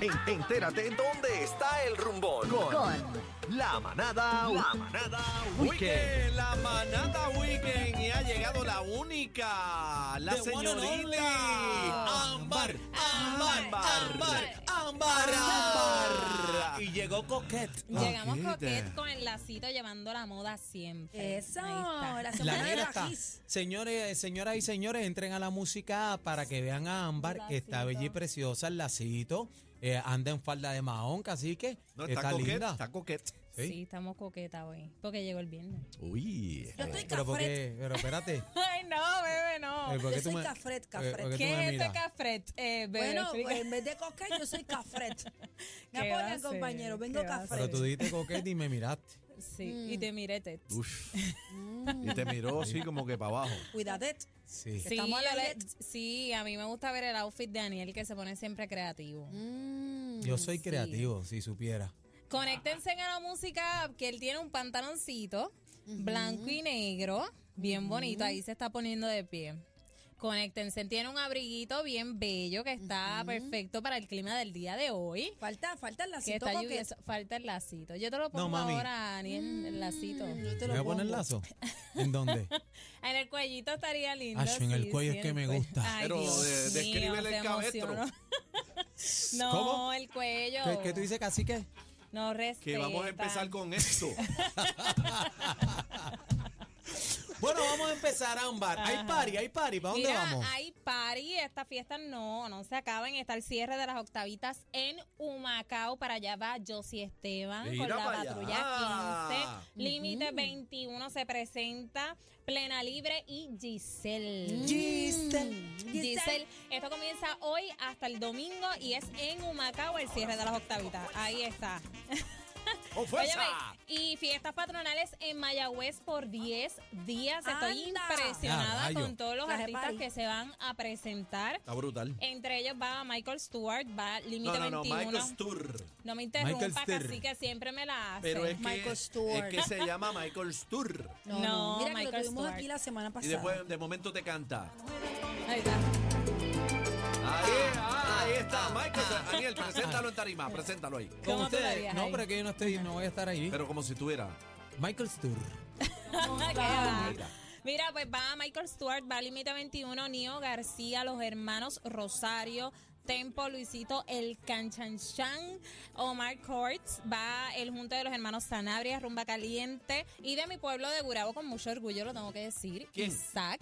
En- entérate dónde está el rumbón. Con, la manada, la manada weekend. Weekend, la manada Weekend y ha llegado la única, la The one and only. señorita Ámbar, Ámbar, Ámbar, Ámbar, Ámbar. Y llegó Coquette. Llegamos Ah, Coqueta. coquet con el lacito llevando la moda siempre. Eso, Ahí la está. semana de negra está. Kiss. Señores, eh, señoras y señores, entren a la música para que vean a Ámbar, que está Lacito. bella y preciosa, el lacito. Eh, anda en falda de mahón, cacique. No, está, está coqueta, linda. está coqueta. Sí. estamos coqueta hoy. Porque llegó el viernes. Uy. Yo estoy Pero, ¿por cafret. qué? Pero espérate. Ay, no, bebé, no. Eh, ¿por Yo qué tú soy me- cafret, eh, cafret. ¿por qué tú me ¿Qué es miras? este cafret? Eh, bebé, Bueno, explica. en vez de coquet, yo soy cafret. Me ¿Qué va a apoyan, hacer? compañero. ¿Qué Vengo va a Pero hacer? cafret. tú dijiste Coquette y me miraste. Sí, y te miré te- Uf. Y te miró así como que para abajo. Cuídate. Sí. Sí, Estamos al yo le- aire. sí, a mí me gusta ver el outfit de Daniel que se pone siempre creativo. Yo soy sí. creativo, si supiera. Conéctense a la música que él tiene un pantaloncito blanco y negro, bien bonito, ahí se está poniendo de pie. Conéctense, tiene un abriguito bien bello que está perfecto para el clima del día de hoy. Falta, falta el Que lacito está coquet. lluvioso. Falta el lacito. Yo te lo pongo mami. ahora, Daniel, el lacito. Yo te ¿Me lo voy a poner pongo. lazo? ¿En dónde? En el cuellito estaría lindo. Acho, en el sí, cuello sí, es que en el me cuello. gusta. Ay, Pero Dios de- mío, descríbele el se cabestro. emocionó. No, ¿Cómo? el cuello. ¿Qué, qué tú dices, cacique? No respeta. Que vamos a empezar con esto. Bueno, vamos a empezar, Ámbar. Hay party, hay party. ¿Para dónde Mira, vamos? hay party, esta fiesta no, no se acaba. En está el cierre de las octavitas en Humacao. Para allá va Josie Esteban Mira con la para allá. patrulla 15. Límite 21 se presenta Plena Libre y Giselle. Giselle. Giselle, esto comienza hoy hasta el domingo y es en Humacao el cierre de las octavitas. Ahí está. ¡Oh, Óyeme, fuerza! y fiestas patronales en Mayagüez por 10 días. Estoy Anda. Ya, impresionada rayo. con todos los Las de artistas París. que se van a presentar. Está brutal. Entre ellos va Michael Stewart, va No, Límite no, no, 21. Michael Stur. no me Michael interrumpas, Stir. así que siempre me la hace. Pero es que, Michael es Stewart. que se llama Michael Stur. No, No, no, mira que Michael lo tuvimos Stewart. aquí la semana Y pasada. después de momento te canta. Ahí está. Ahí, ah, ahí está, Michael. Ah. Daniel, preséntalo en tarima, preséntalo ahí. Con ¿Cómo tú lo ustedes. harías No, ahí? pero es que yo no estoy, no voy a estar ahí. Pero como si tuviera. Michael Stur. Qué va. Mira. Mira, pues va Michael Stewart, va Límite 21, Nio García, los hermanos Rosario, Tempo, Luisito, el Canchanchan, Omar Courts, va el junto de los hermanos Sanabria, Rumba Caliente y de mi pueblo de Gurabo, con mucho orgullo lo tengo que decir, ¿Quién? Isaac,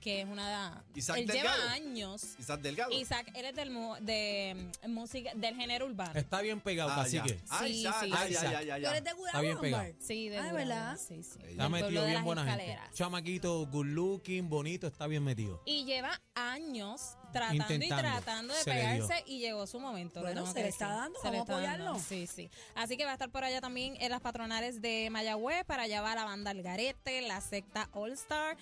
que es una... Isaac él Delgado. lleva años. Isaac Delgado. Isaac, él es del, mu- de, mm, música, del género urbano. Está bien pegado, Ah, ya. cacique. Ah, Sí, Isaac, sí. ah, ya, ya, ya, ¿Tú ya. eres de Está bien Guadalajara? pegado. Sí, de Ah, Gurabo, ¿verdad? Sí, sí. Está Del pueblo metido de bien las buena escaleras. gente. Chamaquito, good looking, bonito, está bien metido. Y lleva años tratando Intentando. y tratando de Se le pegarse y llegó su momento. Bueno, tengo se que le está decir. dando, Se le vamos está a apoyarlo. dando, Sí, sí. Así que va a estar por allá también en las patronales de Mayagüez. Para allá va la banda Algarete, la secta All Star,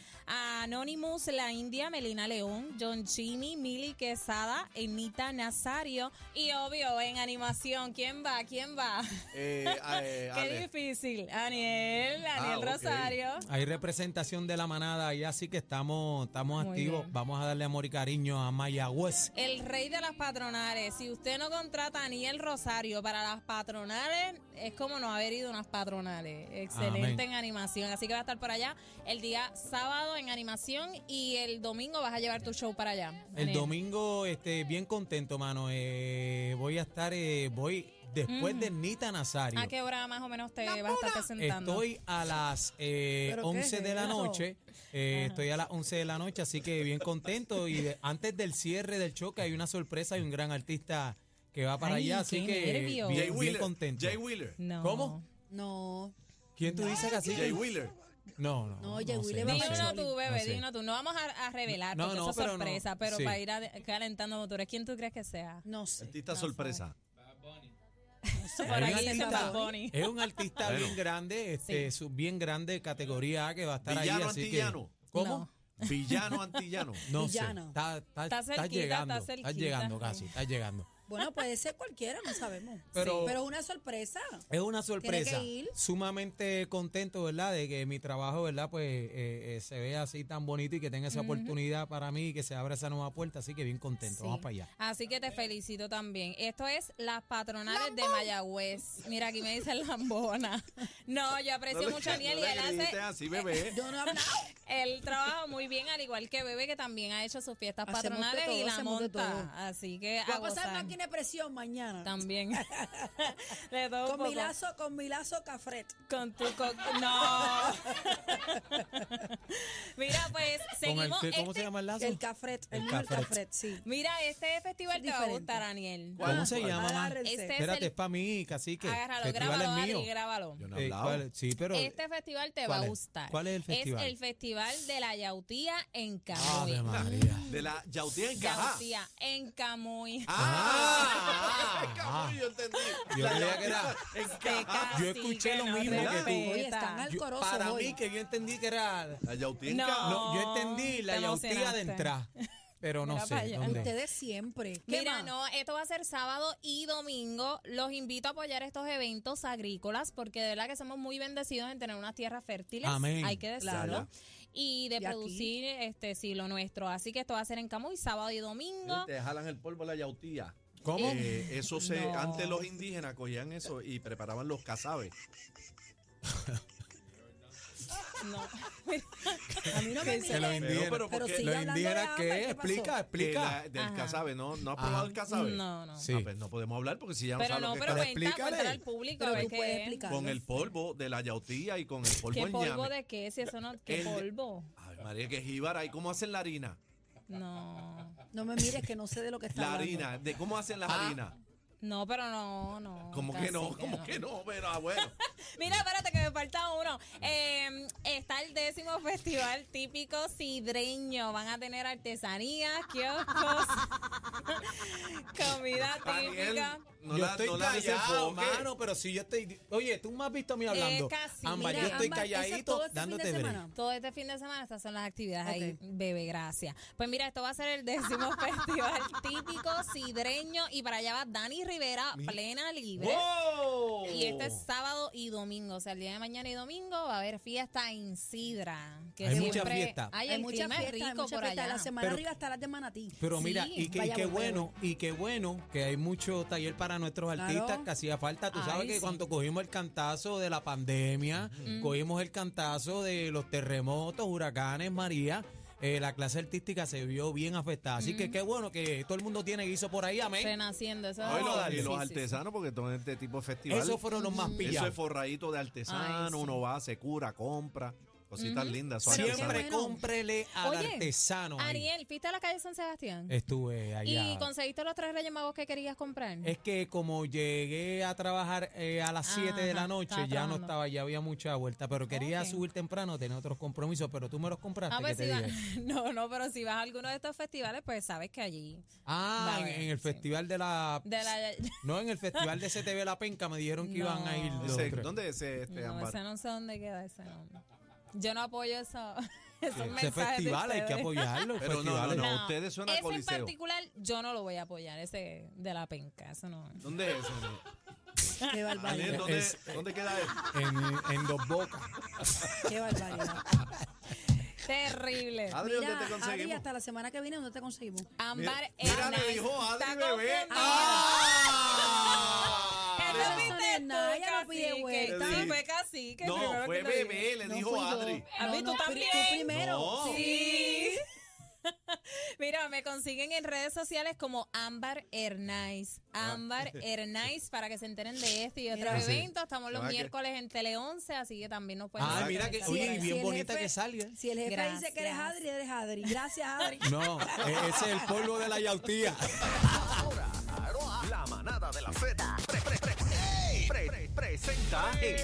Anonymous, La India, Melina León, John Jimmy, Mili Quesada, Enita Nazario y obvio en animación. ¿Quién va? ¿Quién va? Eh, ah, eh, Qué Ale. difícil. Daniel, Ah, Daniel ok. Rosario. Hay representación de la manada y así que estamos, estamos Muy activos. bien. Vamos a darle amor y cariño a Mayagüez. El rey de las patronales. Si usted no contrata ni el Rosario para las patronales, es como no haber ido a unas patronales. Excelente Amén. en animación. Así que va a estar por allá el día sábado en animación y el domingo vas a llevar tu show para allá. El Nene. domingo, este, bien contento, mano. Eh, voy a estar, eh, voy después de Nita Nazario. ¿A Mm. Ah, qué hora más o menos te vas a estar presentando? Estoy a las eh, ¿Pero qué 11 es de la eso? noche. eh, estoy a las 11 de la noche, así que bien contento. Y de- antes del cierre del choque hay una sorpresa y un gran artista que va para Ay, allá, así qué que nervios. bien, Jay bien Wheeler. contento. Jay Wheeler. No. ¿Cómo? No. ¿Quién tú dices que así? Jay Wheeler. No, no. No, Jay sé, Wheeler va no a ser sé. Dino tú, bebé, No sé. dino tú. No vamos a, a revelar No, porque no, eso es pero no. sorpresa, pero Sí. para ir a- calentando motores, ¿quién tú crees que sea? No sé. Artista sorpresa. Por Es un aquí dice artista- Bad Bunny. Es un artista Bueno. bien grande, este, su- bien grande, categoría A, que va a estar ahí. Villano así antillano. Que, ¿Cómo? Villano antillano. No, sé. Villano. Está, está- Está está cerquita, llegando. está Está, cerquita. llegando casi, está llegando. Bueno, puede ser cualquiera, no sabemos. Pero- Sí, pero una sorpresa. Es una sorpresa. que ir. Sumamente contento, ¿verdad? De que mi trabajo, ¿verdad? Pues eh, eh, se vea así tan bonito y que tenga esa oportunidad para mí y que se abra esa nueva puerta. Así que bien contento. Sí. Vamos para allá. Así que te felicito también. Esto es las patronales de Mayagüez. Mira, aquí me dicen lambona. No, yo aprecio No le- mucho a Aniel no y le ah. él hace, grites así, bebé. Yo no he hablado. Él trabaja muy bien, al igual que Bebe, que también ha hecho sus fiestas Hacemos de patronales y todo, la hacemos de todo. monta. Así que Va a a pasar gozar máquina de presión mañana. también. Le doy un Con mi poco. lazo, con mi lazo cafret. Con tu co- No. Mira, pues Con el- seguimos. ¿Cómo este- se llama el lazo? El cafret, el, El mejor cafret. cafret, sí. Mira, este festival te va a Diferente. gustar, Daniel. ¿Cuál? ¿Cómo se llama? ma? Agárrense. Este es Espérate, el- es para mí, cacique. Agárralo, Festival grábalo, es Adri, mío. grábalo. Yo no he Eh, hablado. ¿cuál? Sí, pero Este festival te va ¿Cuál a es? gustar. ¿Cuál es el festival? Es el Festival de la Yautía en Camuy. Ave María. De la Yautía en Cajá. Yautía en Camuy. Ah, Ah. cabrón, yo entendí. Yo creía que era. Te casi ah, Yo escuché que lo Este no mismo que tú. respeta. Oye, están al yo- corozo para hoy. mí, que yo entendí que era. La Yautía en No. Cajá. No, yo entendí la te yautía de emocionaste. entrar. Pero no Mira para sé. allá. dónde. Ustedes siempre. ¿Qué Mira, más? no, esto va a ser sábado y domingo. Los invito a apoyar estos eventos agrícolas porque de verdad que somos muy bendecidos en tener unas tierras fértiles. Amén. Hay que decirlo. Claro. Y de Y aquí. producir este sí lo nuestro. Así que esto va a ser en Camuy sábado y domingo. Eh, Este. Te jalan el polvo a la Yautía. ¿Cómo? Eh, eso se, No. antes los indígenas cogían eso y preparaban los cazabes. No. A mí no me miren. Que los Pero, indígenas. pero, ¿por Pero qué? sigue los hablando de indígenas, hambre, ¿qué? ¿qué pasó? Explica, Que la- explica. del Ajá. cazabe, ¿no? ¿No has Ajá. probado el cazabe? No, no. Sí. Ah, pues no podemos hablar porque si ya no Pero sabes no, lo que pero está- cuenta, explícale. cuenta al público. a Pero ver tú qué puedes es. explicarlo. Con el polvo de la yautía y con el polvo ¿Qué en polvo ñame. de qué? Si eso no, ¿qué El- polvo? Ay, María, que jíbara. ¿Y cómo hacen la harina? No. No me mires que no sé de lo que está La hablando. harina. ¿De cómo hacen las harinas? No, pero no, no. Como que no, Ah, casi como que no, pero ah, bueno. Mira, espérate que me falta uno. Eh, está el décimo festival típico sidreño. Van a tener artesanías, kioscos, comida Daniel, típica. no yo la, estoy no la callado, desenfoques. mano, pero si yo estoy... Oye, tú me has visto a mí hablando. casi, Ámbar, mira, yo estoy Ámbar, ¿eso es calladito todo este fin de dándote break. semana? Todo este fin de semana estas son las actividades ahí, Ok. bebé, gracias. Pues mira, esto va a ser el décimo festival típico sidreño y para allá va Dani Rivera, plena libre. ¡Wow! Y este es sábado y domingo, o sea, el día de mañana y domingo va a haber fiesta en Sidra. Que Hay siempre- mucha fiesta. Ay, Hay el muchas clima es fiestas, hay rico muchas por fiestas. allá. La semana Pero- arriba está la de Manatí. Pero Sí, mira, y, que- y vaya qué boteo. bueno, y qué bueno que hay mucho taller para nuestros Claro. artistas que hacía falta. Tú sabes Ay, que sí. cuando cogimos el cantazo de la pandemia, cogimos el cantazo de los terremotos, huracanes, María, eh, la clase artística se vio bien afectada. Así que qué bueno que todo el mundo tiene guiso por ahí, amén. Renaciendo, eso Ay, es- lo- dale. y los sí, sí, sí. artesanos, porque todo este tipo de festivales. Esos fueron los más Eso es pillados. forradito de artesano, Ay, sí. uno va, se cura, compra, cositas lindas. son Pero Siempre qué bueno. cómprele al Oye, artesano. ahí. Ariel, ¿fuiste a la calle San Sebastián? Estuve allá. ¿Y conseguiste los tres Reyes Magos que querías comprar? Es que como llegué a trabajar eh, a las 7 de Ajá, la noche, estaba ya no trabajando. Ah, estaba, ya había mucha vuelta, pero quería Ok. subir temprano, tenía otros compromisos, pero tú me los compraste. Ah, ¿qué pues te si va- dije? no, no, pero si vas a alguno de estos festivales, pues sabes que allí. Ah, Va a en, ver, en el sí. festival de la... De la, No, en el festival de CTV La Penca me dijeron que iban a ir No. los Ese- tres. ¿Dónde es ese este no, ámbar? ese no sé dónde queda ese nombre. Yo no apoyo eso, esos mensajes. Ese de festival hay que ustedes. apoyarlo. el Pero no, no, festival es- no. ustedes suena a ese coliseo. en particular yo no lo voy a apoyar, ese de la penca, eso no. ¿Dónde es ese? Qué Daniel, barbaridad. ¿dónde, Es- ¿dónde queda eso? En, en dos bocas. Qué barbaridad. Terrible. Adri, ¿dónde Mira, te Adri, conseguimos? hasta la semana que viene, ¿dónde te conseguimos? Ámbar Mira, mira, Hernández le dijo Adri está Bebé. confundida. ¡Ah! Eso Eso viste es tú, nada, ella no cacique. pide vuelta. Sí, fue cacique. primero No, que fue te lo dije. bebé, le No dijo fui yo. Adri. A mí tú pri- también. Tú primero. No. Oh. Sí. Mira, me consiguen en redes sociales como Ámbar Hernández. Ámbar Hernández para que se enteren de este y de otros Mira. Ah. Sí. eventos. Estamos los Nada que- miércoles en Tele 11, así que también nos pueden Ah, ver mira por que... esa Oye, hora. y Si bien el bonita jefe- que salga. Si el jefe dice que eres Gracias. Adri, eres Adri. Gracias, Adri. No, e- ese es el polvo de la yautía. Ahora, Aroa, la manada de la Z. Pre- pre- pre- ¡Ey! Pre- pre- presenta el